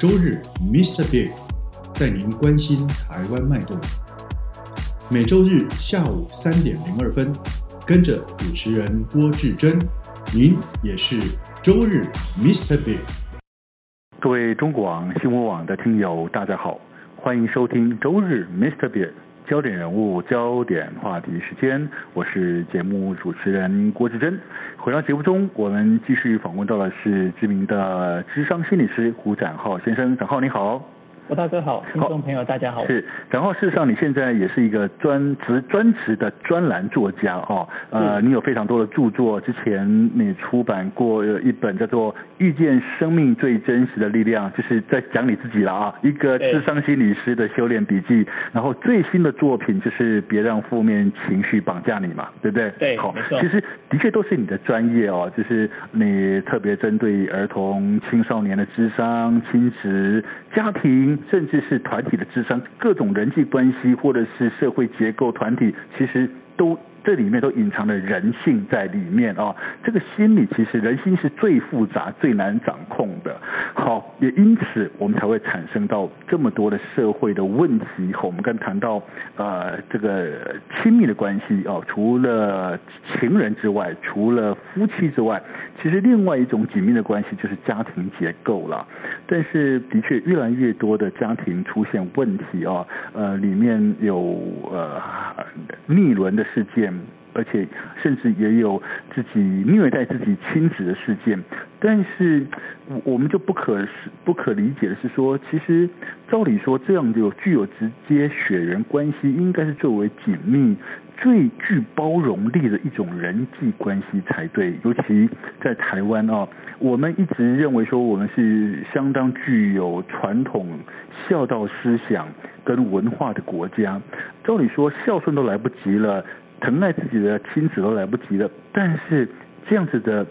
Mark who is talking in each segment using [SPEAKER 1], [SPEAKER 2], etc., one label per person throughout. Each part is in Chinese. [SPEAKER 1] 周日，Mr. Big 带您关心台湾脉动。每周日下午三点零二分，跟着主持人郭志珍，您也是周日 Mr. Big。
[SPEAKER 2] 各位中广新闻网的听友，大家好，欢迎收听周日 Mr. Big 焦点人物、焦点话题时间，我是节目主持人郭志珍。回到节目中，我们继续访问到的是知名的智商心理师胡展浩先生。展浩你好，
[SPEAKER 3] 郭大哥好，听众朋友大家好。
[SPEAKER 2] 是展浩，事实上你现在也是一个专职专职的专栏作家哦，呃，你有非常多的著作，之前你出版过一本叫做《遇见生命最真实的力量》，就是在讲你自己了啊，一个
[SPEAKER 3] 对
[SPEAKER 2] 智商心理师的修炼笔记。然后最新的作品就是别让负面情绪绑架你嘛，对不对？
[SPEAKER 3] 对
[SPEAKER 2] 好
[SPEAKER 3] 没，错
[SPEAKER 2] 其实的确都是你的专业哦，就是你特别针对儿童、青少年的智商、亲职、家庭，甚至是团体的智商，各种人际关系或者是社会结构、团体，其实都。这里面都隐藏了人性在里面哦，这个心理其实人心是最复杂、最难掌控的。好，也因此我们才会产生到这么多的社会的问题。好，我们刚谈到呃这个亲密的关系哦，除了情人之外，除了夫妻之外，其实另外一种紧密的关系就是家庭结构了。但是的确，越来越多的家庭出现问题哦，呃，里面有呃逆伦的事件。而且甚至也有自己虐待自己亲子的事件，但是我我们就不可不可理解的是说，其实照理说这样有具有直接血缘关系，应该是最为紧密、最具包容力的一种人际关系才对。尤其在台湾哦，我们一直认为说我们是相当具有传统孝道思想跟文化的国家，照理说孝顺都来不及了，疼爱自己的亲子都来不及了，但是这样子的。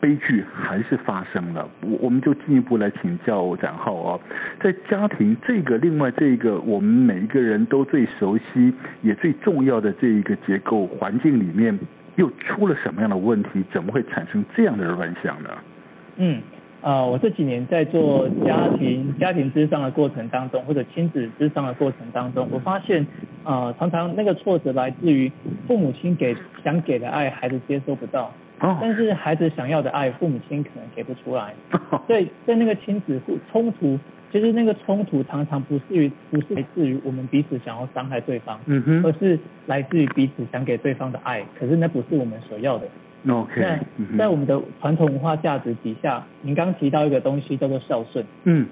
[SPEAKER 2] 悲剧还是发生了，我我们就进一步来请教展浩哦，在家庭这个另外这个我们每一个人都最熟悉也最重要的这一个结构环境里面，又出了什么样的问题？怎么会产生这样的乱象呢？
[SPEAKER 3] 嗯，啊，我这几年在做家庭家庭之上的过程当中，或者亲子之上的过程当中，我发现，呃，常常那个挫折来自于父母亲给想给的爱，孩子接收不到，
[SPEAKER 2] 哦，
[SPEAKER 3] 但是孩子想要的爱，父母亲可能给不出来。所以在那个亲子互冲突，其实那个冲突常常不是于不是来自于我们彼此想要伤害对方，
[SPEAKER 2] 嗯
[SPEAKER 3] 而
[SPEAKER 2] 哼
[SPEAKER 3] 是来自于彼此想给对方的爱，可是那不是我们所要的。
[SPEAKER 2] ，OK，
[SPEAKER 3] 在
[SPEAKER 2] 嗯
[SPEAKER 3] 在我
[SPEAKER 2] 哼
[SPEAKER 3] 们的传统文化价值底下，您刚提到一个东西叫做孝顺，
[SPEAKER 2] 嗯，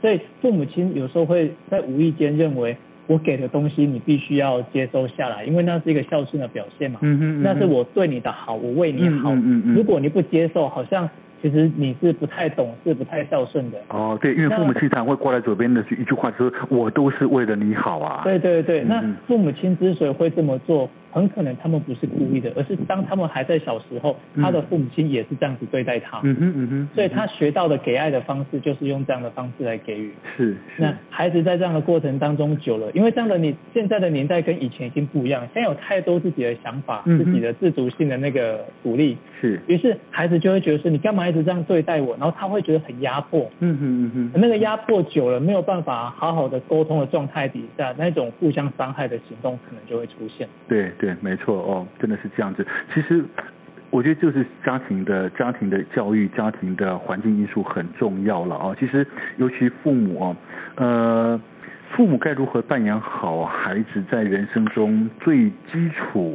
[SPEAKER 3] 所以父母亲有时候会在无意间认为我给的东西你必须要接收下来，因为那是一个孝顺的表现嘛，
[SPEAKER 2] 嗯哼，
[SPEAKER 3] 那是我对你的好，我为你好。
[SPEAKER 2] 嗯嗯嗯嗯
[SPEAKER 3] 如果你不接受，好像其实你是不太懂事、不太孝顺的。
[SPEAKER 2] 哦，对，因为父母经常会挂在嘴边的一句话，就是我都是为了你好啊。
[SPEAKER 3] 对对对，
[SPEAKER 2] 嗯
[SPEAKER 3] 那
[SPEAKER 2] 嗯
[SPEAKER 3] 父母亲之所以会这么做，很可能他们不是故意的，而是当他们还在小时候，他的父母亲也是这样子对待他。
[SPEAKER 2] 嗯嗯哼嗯哼，
[SPEAKER 3] 所以他学到的给爱的方式就是用这样的方式来给予。
[SPEAKER 2] 是是
[SPEAKER 3] 那孩子在这样的过程当中久了，因为这样的你现在的年代跟以前已经不一样，现在有太多自己的想法、
[SPEAKER 2] 嗯哼
[SPEAKER 3] 自己的自主性的那个鼓励，
[SPEAKER 2] 是，
[SPEAKER 3] 于是孩子就会觉得说你干嘛一直这样对待我，然后他会觉得很压迫。
[SPEAKER 2] 嗯哼嗯哼，
[SPEAKER 3] 那个压迫久了，没有办法好好的沟通的状态底下，那种互相伤害的行动可能就会出现。
[SPEAKER 2] 对对，没错哦，真的是这样子。其实我觉得就是家庭的家庭的教育、家庭的环境因素很重要了哦。其实尤其父母哦，呃，父母该如何扮演好孩子在人生中最基础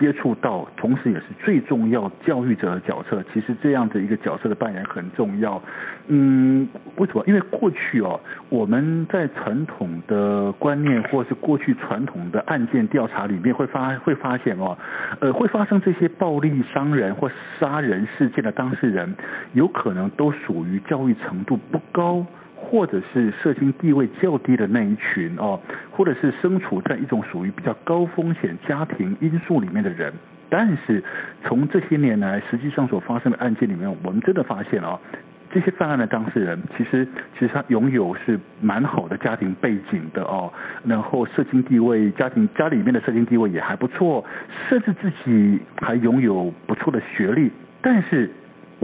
[SPEAKER 2] 接触到，同时也是最重要教育者的角色。其实这样的一个角色的扮演很重要。嗯，为什么？因为过去哦，我们在传统的观念或是过去传统的案件调查里面会发会发现哦，呃，会发生这些暴力伤人或杀人事件的当事人，有可能都属于教育程度不高。或者是社经地位较低的那一群哦，或者是身处在一种属于比较高风险家庭因素里面的人。但是从这些年来，实际上所发生的案件里面，我们真的发现啊、哦，这些犯案的当事人其实其实他拥有是蛮好的家庭背景的哦，然后社经地位、家庭家里面的社经地位也还不错，甚至自己还拥有不错的学历，但是。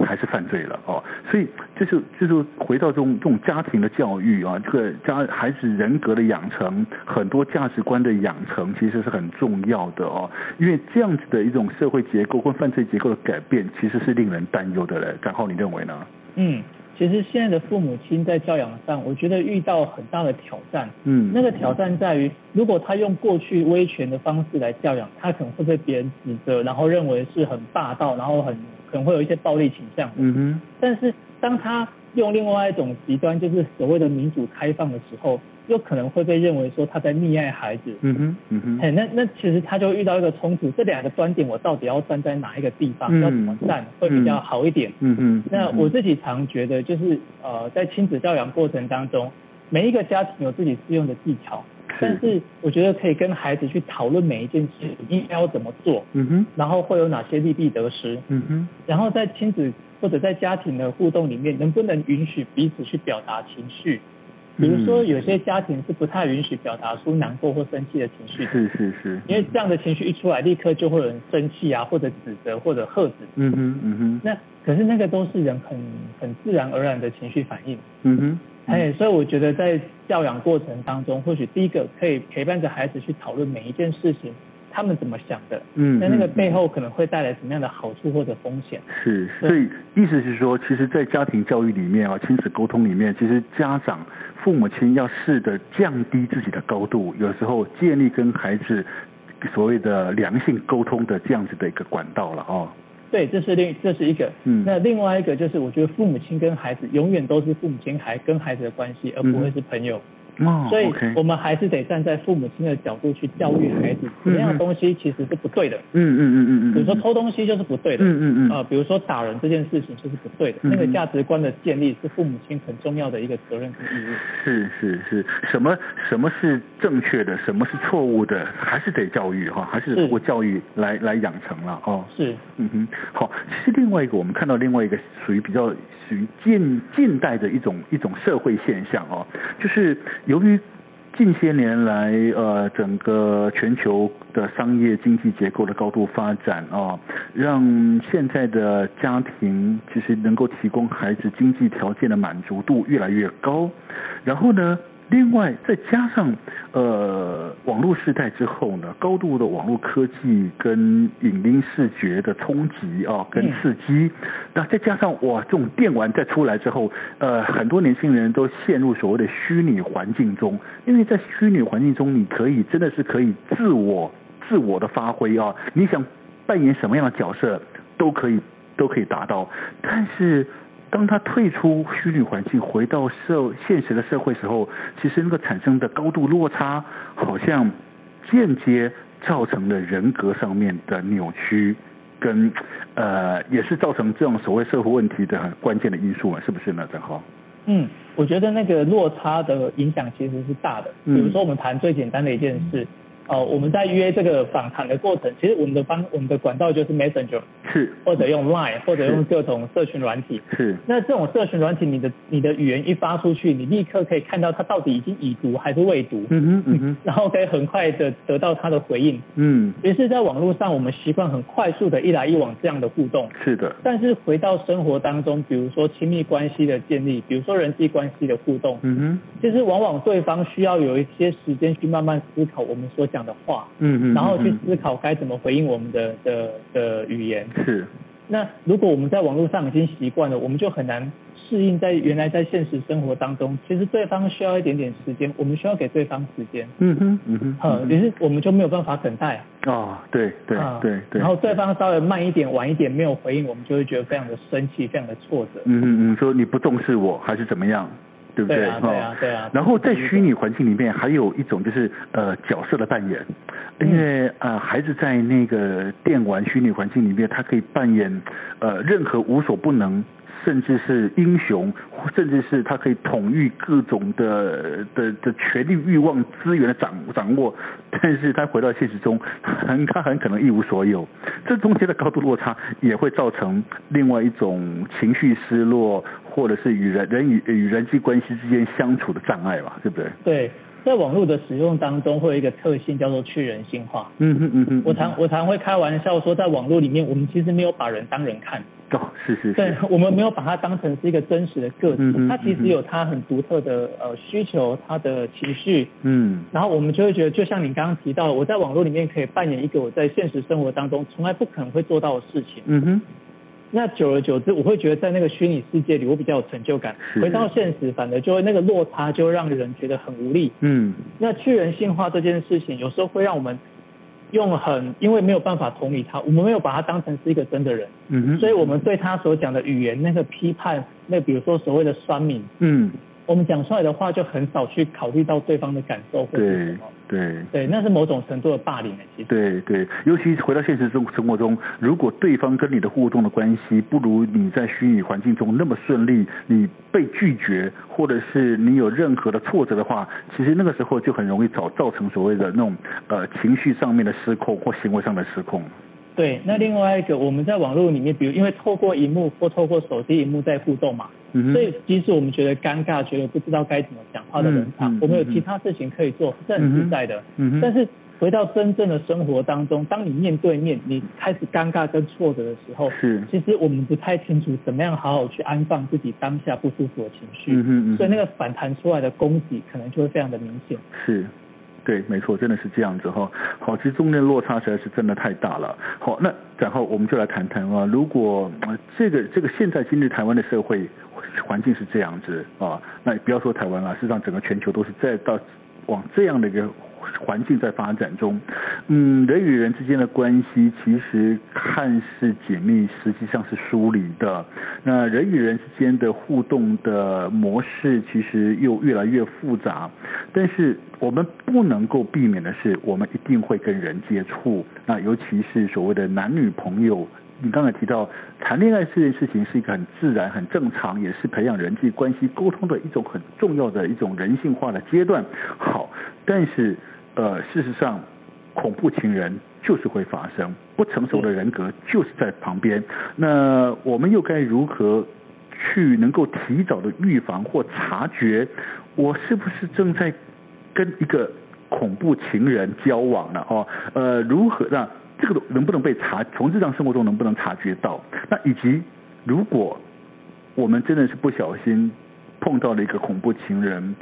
[SPEAKER 2] 还是犯罪了哦，所以这就这就回到这种这种家庭的教育啊，这个家孩子人格的养成，很多价值观的养成其实是很重要的哦，因为这样子的一种社会结构跟犯罪结构的改变，其实是令人担忧的嘞。然后你认为呢？
[SPEAKER 3] 嗯，其实现在的父母亲在教养上，我觉得遇到很大的挑战。
[SPEAKER 2] 嗯，
[SPEAKER 3] 那个挑战在于，如果他用过去威权的方式来教养，他可能会被别人指责，然后认为是很霸道，然后很可能会有一些暴力倾向。
[SPEAKER 2] 嗯哼，
[SPEAKER 3] 但是当他用另外一种极端，就是所谓的民主开放的时候，又可能会被认为说他在溺爱孩子。
[SPEAKER 2] 嗯哼，嗯哼，
[SPEAKER 3] 哎，那那其实他就遇到一个冲突，这两个端点我到底要站在哪一个地方，
[SPEAKER 2] 嗯
[SPEAKER 3] 要怎么站会比较好一点？
[SPEAKER 2] 嗯哼，
[SPEAKER 3] 那我自己常觉得就是呃，在亲子教养过程当中，每一个家庭有自己适用的技巧，但是我觉得可以跟孩子去讨论每一件事情应该要怎么做，
[SPEAKER 2] 嗯哼，
[SPEAKER 3] 然后会有哪些利弊得失，
[SPEAKER 2] 嗯哼，
[SPEAKER 3] 然后在亲子或者在家庭的互动里面，能不能允许彼此去表达情绪？比如说，
[SPEAKER 2] 嗯
[SPEAKER 3] 有些家庭是不太允许表达出难过或生气的情绪的，
[SPEAKER 2] 是是是，
[SPEAKER 3] 因为这样的情绪一出来，立刻就会有人生气啊，或者指责，或者喝止。
[SPEAKER 2] 嗯哼，嗯哼，
[SPEAKER 3] 那可是那个都是人很很自然而然的情绪反应。
[SPEAKER 2] 嗯哼，
[SPEAKER 3] 哎，所以我觉得在教养过程当中，或许第一个可以陪伴着孩子去讨论每一件事情，他们怎么想的，
[SPEAKER 2] 嗯，
[SPEAKER 3] 那那个背后可能会带来什么样的好处或者风险。
[SPEAKER 2] 是，
[SPEAKER 3] 对
[SPEAKER 2] 所以意思是说，其实，在家庭教育里面啊，亲子沟通里面，其实家长、父母亲要试着降低自己的高度，有时候建立跟孩子所谓的良性沟通的这样子的一个管道了哦。
[SPEAKER 3] 对，这是另这是一个。
[SPEAKER 2] 嗯
[SPEAKER 3] 那另外一个就是，我觉得父母亲跟孩子永远都是父母亲孩跟孩子的关系，而不
[SPEAKER 2] 嗯
[SPEAKER 3] 会是朋友。
[SPEAKER 2] 哦
[SPEAKER 3] 所以
[SPEAKER 2] ，OK，
[SPEAKER 3] 我们还是得站在父母亲的角度去教育孩子，什么样的东西其实是不对的。
[SPEAKER 2] 嗯嗯嗯嗯嗯，
[SPEAKER 3] 比如说偷东西就是不对的，
[SPEAKER 2] 嗯嗯嗯
[SPEAKER 3] 呃，比如说打人这件事情就是不对的。
[SPEAKER 2] 嗯
[SPEAKER 3] 那个价值观的建立是父母亲很重要的一个责任跟义务。
[SPEAKER 2] 是是是，什么什么是正确的，什么是错误的，还是得教育哈，还是
[SPEAKER 3] 是
[SPEAKER 2] 通过教育来来养成了哦。
[SPEAKER 3] 是，
[SPEAKER 2] 嗯哼，好，其实另外一个我们看到另外一个属于比较属于近近代的一种一种社会现象哦，就是由于近些年来呃整个全球的商业经济结构的高度发展哦，让现在的家庭其实能够提供孩子经济条件的满足度越来越高，然后呢，另外再加上呃网络时代之后呢，高度的网络科技跟影音视觉的冲击啊、跟
[SPEAKER 3] 嗯
[SPEAKER 2] 刺激，那再加上哇这种电玩再出来之后，呃很多年轻人都陷入所谓的虚拟环境中，因为在虚拟环境中你可以真的是可以自我自我的发挥啊，你想扮演什么样的角色都可以都可以达到，但是当他退出虚拟环境，回到社现实的社会时候，其实那个产生的高度落差，好像间接造成了人格上面的扭曲，跟呃也是造成这种所谓社会问题的很关键的因素嘛，啊是不是呢？正好，
[SPEAKER 3] 嗯，我觉得那个落差的影响其实是大的。比
[SPEAKER 2] 嗯
[SPEAKER 3] 如说，我们谈最简单的一件事，呃，我们在约这个访谈的过程，其实我们的方我们的管道就是 Messenger，
[SPEAKER 2] 是
[SPEAKER 3] 或者用 Line，或者
[SPEAKER 2] 嗯是
[SPEAKER 3] 用各种社群软体。
[SPEAKER 2] 是，
[SPEAKER 3] 那这种社群软体，你的你的语言一发出去，你立刻可以看到它到底已经已读还是未读，
[SPEAKER 2] 嗯哼嗯哼
[SPEAKER 3] 然后可以很快的得到它的回应。
[SPEAKER 2] 嗯，
[SPEAKER 3] 于是，在网络上，我们习惯很快速的一来一往这样的互动。
[SPEAKER 2] 是的，
[SPEAKER 3] 但是回到生活当中，比如说亲密关系的建立，比如说人际关系的互动，
[SPEAKER 2] 嗯哼
[SPEAKER 3] 其实往往对方需要有一些时间去慢慢思考我们所讲的话，
[SPEAKER 2] 嗯哼，
[SPEAKER 3] 然后去
[SPEAKER 2] 嗯
[SPEAKER 3] 思考该怎么回应我们的的的语言。
[SPEAKER 2] 哼是
[SPEAKER 3] 那如果我们在网络上已经习惯了，我们就很难适应在原来在现实生活当中。其实对方需要一点点时间，我们需要给对方时间，
[SPEAKER 2] 嗯哼嗯哼
[SPEAKER 3] 呃，
[SPEAKER 2] 嗯
[SPEAKER 3] 于是我们就没有办法等待，
[SPEAKER 2] 哼哦，对对
[SPEAKER 3] 啊
[SPEAKER 2] 对对，
[SPEAKER 3] 然后对方稍微慢一点、晚一点没有回应，我们就会觉得非常的生气、非常的挫折。
[SPEAKER 2] 嗯嗯嗯，说你不重视我还是怎么样？对不
[SPEAKER 3] 对
[SPEAKER 2] 对？
[SPEAKER 3] 啊
[SPEAKER 2] 哈
[SPEAKER 3] 对啊对啊
[SPEAKER 2] 然后在虚拟环境里面，还有一种就是呃角色的扮演，因为呃孩子在那个电玩虚拟环境里面，他可以扮演呃任何无所不能。甚至是英雄，或甚至是他可以统御各种的的的权力欲望资源的掌掌握，但是他回到现实中，很他很可能一无所有。这中间的高度落差也会造成另外一种情绪失落，或者是与人人与与人际关系之间相处的障碍吧，对不对？
[SPEAKER 3] 对，在网络的使用当中，会有一个特性叫做去人性化。
[SPEAKER 2] 嗯哼嗯哼，
[SPEAKER 3] 我常我常会开玩笑说，在网络里面，我们其实没有把人当人看，
[SPEAKER 2] 哦，是是
[SPEAKER 3] 对
[SPEAKER 2] 是，，
[SPEAKER 3] 我们没有把它当成是一个真实的个体
[SPEAKER 2] 嗯嗯，
[SPEAKER 3] 它其实有它很独特的呃需求，它的情绪，
[SPEAKER 2] 嗯
[SPEAKER 3] 然后我们就会觉得，就像你刚刚提到，我在网络里面可以扮演一个我在现实生活当中从来不可能会做到的事情。
[SPEAKER 2] 嗯哼，
[SPEAKER 3] 那久而久之，我会觉得在那个虚拟世界里，我比较有成就感。
[SPEAKER 2] 是
[SPEAKER 3] 回到现实，反而就会那个落差，就会让人觉得很无力。
[SPEAKER 2] 嗯
[SPEAKER 3] 那去人性化这件事情，有时候会让我们用很，因为没有办法同理他，我们没有把他当成是一个真的人，
[SPEAKER 2] 嗯哼，
[SPEAKER 3] 所以我们对他所讲的语言那个批判，那比如说所谓的酸民，
[SPEAKER 2] 嗯
[SPEAKER 3] 我们讲出来的话就很少去考虑到对方的感受或是什
[SPEAKER 2] 对
[SPEAKER 3] 么。
[SPEAKER 2] 对。
[SPEAKER 3] 对，那是某种程度的霸凌诶，其实。
[SPEAKER 2] 对对，尤其是回到现实中生活中，如果对方跟你的互动的关系不如你在虚拟环境中那么顺利，你被拒绝或者是你有任何的挫折的话，其实那个时候就很容易造造成所谓的那种呃情绪上面的失控或行为上的失控。
[SPEAKER 3] 对，那另外一个我们在网络里面，比如因为透过荧幕或透过手机荧幕在互动嘛，
[SPEAKER 2] 嗯哼
[SPEAKER 3] 所以即使我们觉得尴尬，觉得不知道该怎么讲话的人啊
[SPEAKER 2] 嗯嗯，
[SPEAKER 3] 我们有
[SPEAKER 2] 嗯
[SPEAKER 3] 其他事情可以做，是很自在的。
[SPEAKER 2] 嗯哼
[SPEAKER 3] 但是回到真正的生活当中，当你面对面，你开始尴尬跟挫折的时候，
[SPEAKER 2] 是
[SPEAKER 3] 其实我们不太清楚怎么样好好去安放自己当下不舒服的情绪，
[SPEAKER 2] 嗯哼嗯哼
[SPEAKER 3] 所以那个反弹出来的攻击可能就会非常的明显。
[SPEAKER 2] 是。对，没错，真的是这样子哈。好，其实中间的落差实在是真的太大了。好，那然后我们就来谈谈啊，如果、呃这个这个现在今日台湾的社会环境是这样子啊，那不要说台湾了，事实上整个全球都是在到往这样的一个环境在发展中。嗯，人与人之间的关系其实看似紧密，实际上是疏离的。那人与人之间的互动的模式其实又越来越复杂，但是我们不能够避免的是，我们一定会跟人接触。那尤其是所谓的男女朋友。你刚才提到谈恋爱这件事情是一个很自然、很正常，也是培养人际关系沟通的一种很重要的一种人性化的阶段。好，但是呃，事实上，恐怖情人就是会发生，不成熟的人格就是在旁边。那我们又该如何去能够提早的预防或察觉，我是不是正在跟一个恐怖情人交往了？哦，呃，如何让这个能不能被察，从日常生活中能不能察觉到？那以及如果我们真的是不小心碰到了一个恐怖情人，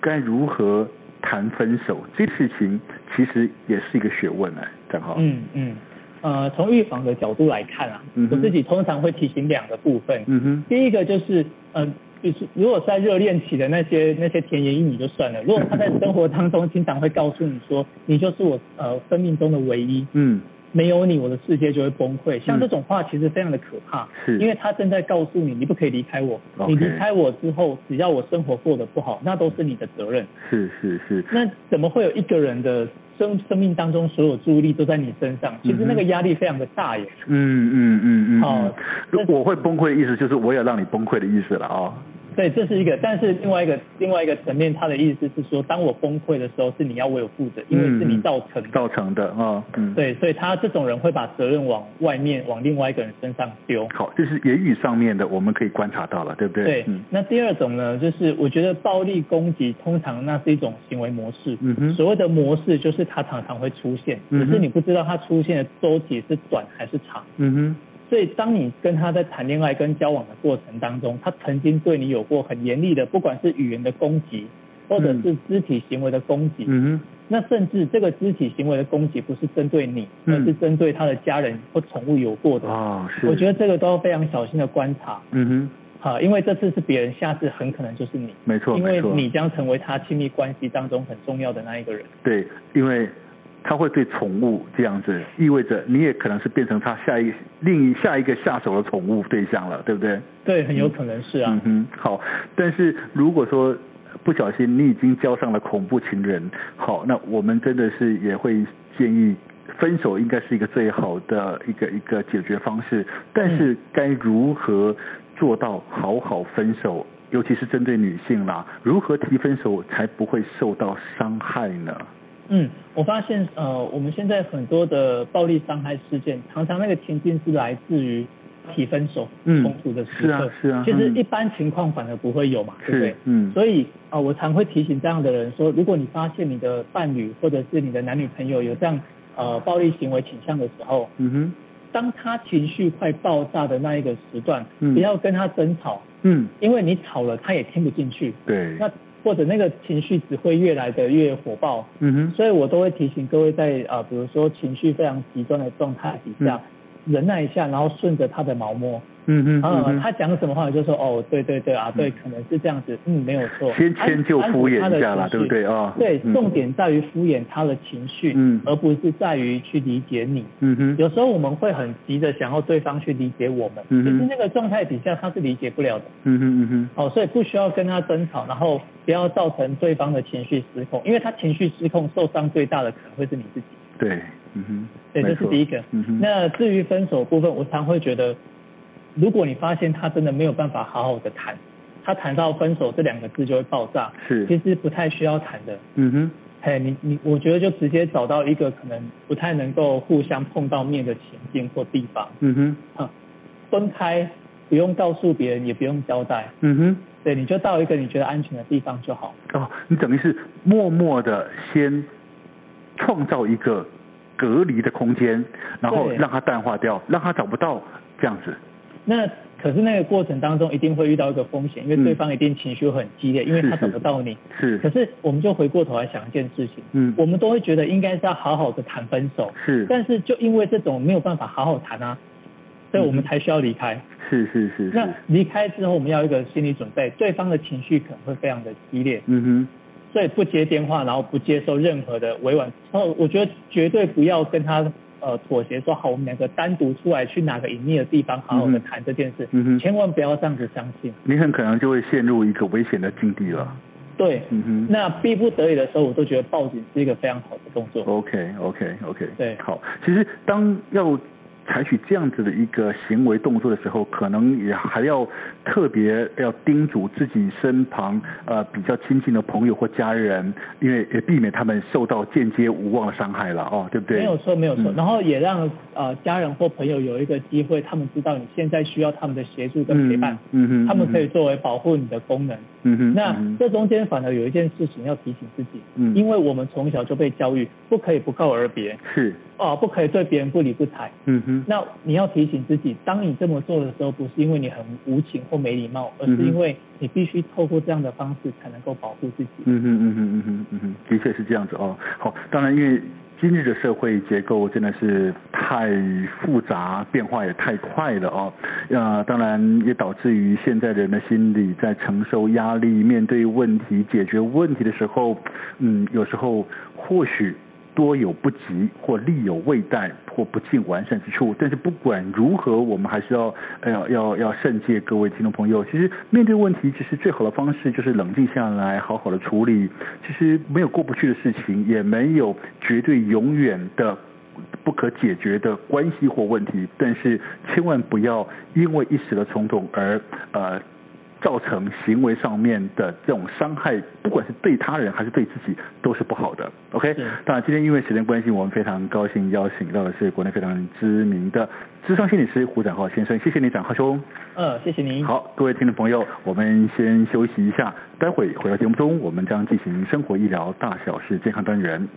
[SPEAKER 2] 该如何谈分手？这事情其实也是一个学问哎，正好。
[SPEAKER 3] 嗯嗯，呃，从预防的角度来看啊，
[SPEAKER 2] 嗯
[SPEAKER 3] 我
[SPEAKER 2] 哼
[SPEAKER 3] 自己通常会提醒两个部分。
[SPEAKER 2] 嗯哼，
[SPEAKER 3] 第一个就是，嗯、就是如果在热恋期的那些那些甜言蜜语就算了，如果他在生活当中经常会告诉你说，你就是我呃生命中的唯一，
[SPEAKER 2] 嗯
[SPEAKER 3] 没有你我的世界就会崩溃，像这种话其实非常的可怕，
[SPEAKER 2] 是
[SPEAKER 3] 因为他正在告诉你，你不可以离开我
[SPEAKER 2] OK
[SPEAKER 3] 你离开我之后，只要我生活过得不好，那都是你的责任。
[SPEAKER 2] 是是是，
[SPEAKER 3] 那怎么会有一个人的生生命当中所有注意力都在你身上？其实那个压力非常的大耶。
[SPEAKER 2] 嗯嗯嗯嗯嗯
[SPEAKER 3] 哦，
[SPEAKER 2] 如
[SPEAKER 3] 那
[SPEAKER 2] 我会崩溃的意思就是我也让你崩溃的意思了啊、哦。
[SPEAKER 3] 对，这是一个，但是另外一个另外一个层面，他的意思是说，当我崩溃的时候，是你要为我负责，
[SPEAKER 2] 嗯
[SPEAKER 3] 因为是你造成的。
[SPEAKER 2] 造成的啊、哦嗯，，
[SPEAKER 3] 对，所以他这种人会把责任往外面，往另外一个人身上丢。
[SPEAKER 2] 好，这是言语上面的，我们可以观察到了，对不对？
[SPEAKER 3] 对，
[SPEAKER 2] 嗯
[SPEAKER 3] 那第二种呢，就是我觉得暴力攻击通常那是一种行为模式。
[SPEAKER 2] 嗯哼
[SPEAKER 3] 所谓的模式就是它常常会出现，
[SPEAKER 2] 嗯
[SPEAKER 3] 只
[SPEAKER 2] 哼
[SPEAKER 3] 是你不知道它出现的周期是短还是长。
[SPEAKER 2] 嗯哼，
[SPEAKER 3] 所以，当你跟他在谈恋爱跟交往的过程当中，他曾经对你有过很严厉的，不管是语言的攻击，或者是肢体行为的攻击，
[SPEAKER 2] 嗯嗯哼，
[SPEAKER 3] 那甚至这个肢体行为的攻击不是针对你，
[SPEAKER 2] 嗯
[SPEAKER 3] 而是针对他的家人或宠物有过的。
[SPEAKER 2] 哦，是，
[SPEAKER 3] 我觉
[SPEAKER 2] 得，
[SPEAKER 3] 得这个都要非常小心的观察，
[SPEAKER 2] 嗯哼，
[SPEAKER 3] 啊，因为这次是别人，下次很可能就是你，
[SPEAKER 2] 没错，
[SPEAKER 3] 因为
[SPEAKER 2] 没错，
[SPEAKER 3] 你将成为他亲密关系当中很重要的那一个人。
[SPEAKER 2] 对，因为他会对宠物这样子，意味着你也可能是变成他下一另一下一个下手的宠物对象了，对不对？
[SPEAKER 3] 对，很有可能是啊。
[SPEAKER 2] 嗯哼，好。但是如果说不小心你已经交上了恐怖情人，好，那我们真的是也会建议分手应该是一个最好的一个一个解决方式。但是
[SPEAKER 3] 嗯
[SPEAKER 2] 该如何做到好好分手？尤其是针对女性啦，如何提分手才不会受到伤害呢？
[SPEAKER 3] 嗯，我发现呃，我们现在很多的暴力伤害事件，常常那个情境是来自于提分手
[SPEAKER 2] 嗯
[SPEAKER 3] 冲突的时刻。
[SPEAKER 2] 是啊是啊
[SPEAKER 3] 其实
[SPEAKER 2] 嗯
[SPEAKER 3] 一般情况反而不会有嘛，对不
[SPEAKER 2] 是
[SPEAKER 3] 对？，
[SPEAKER 2] 嗯，
[SPEAKER 3] 所以啊、呃我常会提醒这样的人说，如果你发现你的伴侣或者是你的男女朋友有这样呃暴力行为倾向的时候，
[SPEAKER 2] 嗯哼，
[SPEAKER 3] 当他情绪快爆炸的那一个时段，
[SPEAKER 2] 嗯
[SPEAKER 3] 不要跟他争吵，
[SPEAKER 2] 嗯，
[SPEAKER 3] 因为你吵了他也听不进去，
[SPEAKER 2] 对，
[SPEAKER 3] 那或者那个情绪只会越来的越火爆，
[SPEAKER 2] 嗯哼，
[SPEAKER 3] 所以我都会提醒各位在呃，比如说情绪非常极端的状态底下，忍耐一下，然后顺着他的毛摸，
[SPEAKER 2] 嗯哼，
[SPEAKER 3] 呃，
[SPEAKER 2] 嗯哼
[SPEAKER 3] 他讲什么话你就说哦，对对对啊，对，可能是这样子，嗯，没有错，
[SPEAKER 2] 先迁就
[SPEAKER 3] 安
[SPEAKER 2] 敷衍一下啦，
[SPEAKER 3] 安抚他的情绪
[SPEAKER 2] 对不对啊？
[SPEAKER 3] 对，
[SPEAKER 2] 嗯
[SPEAKER 3] 重点在于敷衍他的情绪，
[SPEAKER 2] 嗯
[SPEAKER 3] 而不是在于去理解你。
[SPEAKER 2] 嗯哼，
[SPEAKER 3] 有时候我们会很急着想要对方去理解我们，
[SPEAKER 2] 嗯
[SPEAKER 3] 可
[SPEAKER 2] 哼
[SPEAKER 3] 是那个状态底下他是理解不了的，
[SPEAKER 2] 嗯哼嗯哼，
[SPEAKER 3] 哦，所以不需要跟他争吵，然后不要造成对方的情绪失控，因为他情绪失控受伤最大的可能会是你自己。
[SPEAKER 2] 对，嗯哼，
[SPEAKER 3] 对，这
[SPEAKER 2] 没
[SPEAKER 3] 是
[SPEAKER 2] 错
[SPEAKER 3] 第一个。
[SPEAKER 2] 嗯哼，
[SPEAKER 3] 那至于分手部分，我常会觉得，如果你发现他真的没有办法好好的谈，他谈到分手这两个字就会爆炸，其
[SPEAKER 2] 是，
[SPEAKER 3] 实不太需要谈的。
[SPEAKER 2] 嗯哼，
[SPEAKER 3] 哎，你你，我觉得就直接找到一个可能不太能够互相碰到面的情境或地方，
[SPEAKER 2] 嗯哼，
[SPEAKER 3] 啊，分开，不用告诉别人，也不用交代，
[SPEAKER 2] 嗯哼。
[SPEAKER 3] 对，你就到一个你觉得安全的地方就好。
[SPEAKER 2] 哦，你等于是默默的先创造一个隔离的空间，然后
[SPEAKER 3] 对
[SPEAKER 2] 让它淡化掉，让它找不到这样子。
[SPEAKER 3] 那可是那个过程当中一定会遇到一个风险，因为
[SPEAKER 2] 嗯
[SPEAKER 3] 对方一定情绪很激烈，因为
[SPEAKER 2] 是
[SPEAKER 3] 他找
[SPEAKER 2] 是
[SPEAKER 3] 不到你。
[SPEAKER 2] 是
[SPEAKER 3] 可，是我们就回过头来想一件事情，
[SPEAKER 2] 嗯，
[SPEAKER 3] 我们都会觉得应该是要好好的谈分手，
[SPEAKER 2] 是
[SPEAKER 3] 但是就因为这种没有办法好好谈啊，所以我们
[SPEAKER 2] 嗯
[SPEAKER 3] 才需要离开。
[SPEAKER 2] 是是是
[SPEAKER 3] 那
[SPEAKER 2] 是，
[SPEAKER 3] 离开之后，我们要有一个心理准备，对方的情绪可能会非常的激烈，
[SPEAKER 2] 嗯
[SPEAKER 3] 所以不接电话，然后不接受任何的委婉。然后我觉得绝对不要跟他呃妥协，说好我们两个单独出来去哪个隐秘的地方好好的
[SPEAKER 2] 嗯
[SPEAKER 3] 谈这件事，
[SPEAKER 2] 嗯哼
[SPEAKER 3] 千万不要这样子相信。
[SPEAKER 2] 哼，你很可能就会陷入一个危险的境地了。
[SPEAKER 3] 对，
[SPEAKER 2] 嗯哼。
[SPEAKER 3] 那逼不得已的时候，我都觉得报警是一个非常好的动作。
[SPEAKER 2] OK OK OK，
[SPEAKER 3] 对
[SPEAKER 2] 好。其实当要采取这样子的一个行为动作的时候，可能也还要特别要叮嘱自己身旁呃比较亲近的朋友或家人，因为也避免他们受到间接无望的伤害了哦，对不对？
[SPEAKER 3] 没有错，没有错。
[SPEAKER 2] 嗯
[SPEAKER 3] 然后也让呃家人或朋友有一个机会，他们知道你现在需要他们的协助跟
[SPEAKER 2] 嗯
[SPEAKER 3] 陪伴，
[SPEAKER 2] 嗯哼，
[SPEAKER 3] 他们可以
[SPEAKER 2] 嗯
[SPEAKER 3] 作为保护你的功能。
[SPEAKER 2] 哼，嗯哼，
[SPEAKER 3] 那
[SPEAKER 2] 嗯哼
[SPEAKER 3] 这中间反而有一件事情要提醒自己，
[SPEAKER 2] 嗯
[SPEAKER 3] 因为我们从小就被教育不可以不告而别，
[SPEAKER 2] 是，
[SPEAKER 3] 哦，不可以对别人不理不睬。
[SPEAKER 2] 嗯哼，
[SPEAKER 3] 那你要提醒自己，当你这么做的时候，不是因为你很无情或没礼貌，而是
[SPEAKER 2] 嗯哼
[SPEAKER 3] 因为你必须透过这样的方式才能够保护自己。
[SPEAKER 2] 嗯哼嗯哼嗯哼嗯哼，的确是这样子哦。好，当然因为今日的社会结构真的是太复杂，变化也太快了哦。呃，当然也导致于现在人的心理在承受压力、面对问题、解决问题的时候，嗯，有时候或许多有不及，或力有未逮，或不尽完善之处。但是不管如何，我们还是要呃要要要慎戒各位听众朋友。其实面对问题，其实最好的方式就是冷静下来，好好的处理。其实没有过不去的事情，也没有绝对永远的。不可解决的关系或问题，但是千万不要因为一时的冲动而呃造成行为上面的这种伤害，不管是对他人还是对自己，都是不好的。OK，
[SPEAKER 3] 是
[SPEAKER 2] 当然今天因为时间关系，我们非常高兴邀请到的是国内非常知名的智商心理师胡展浩先生，谢谢你，展浩兄。
[SPEAKER 3] 嗯，谢谢您。
[SPEAKER 2] 好，各位听众朋友，我们先休息一下，待会回到节目中，我们将进行生活医疗大小事健康单元。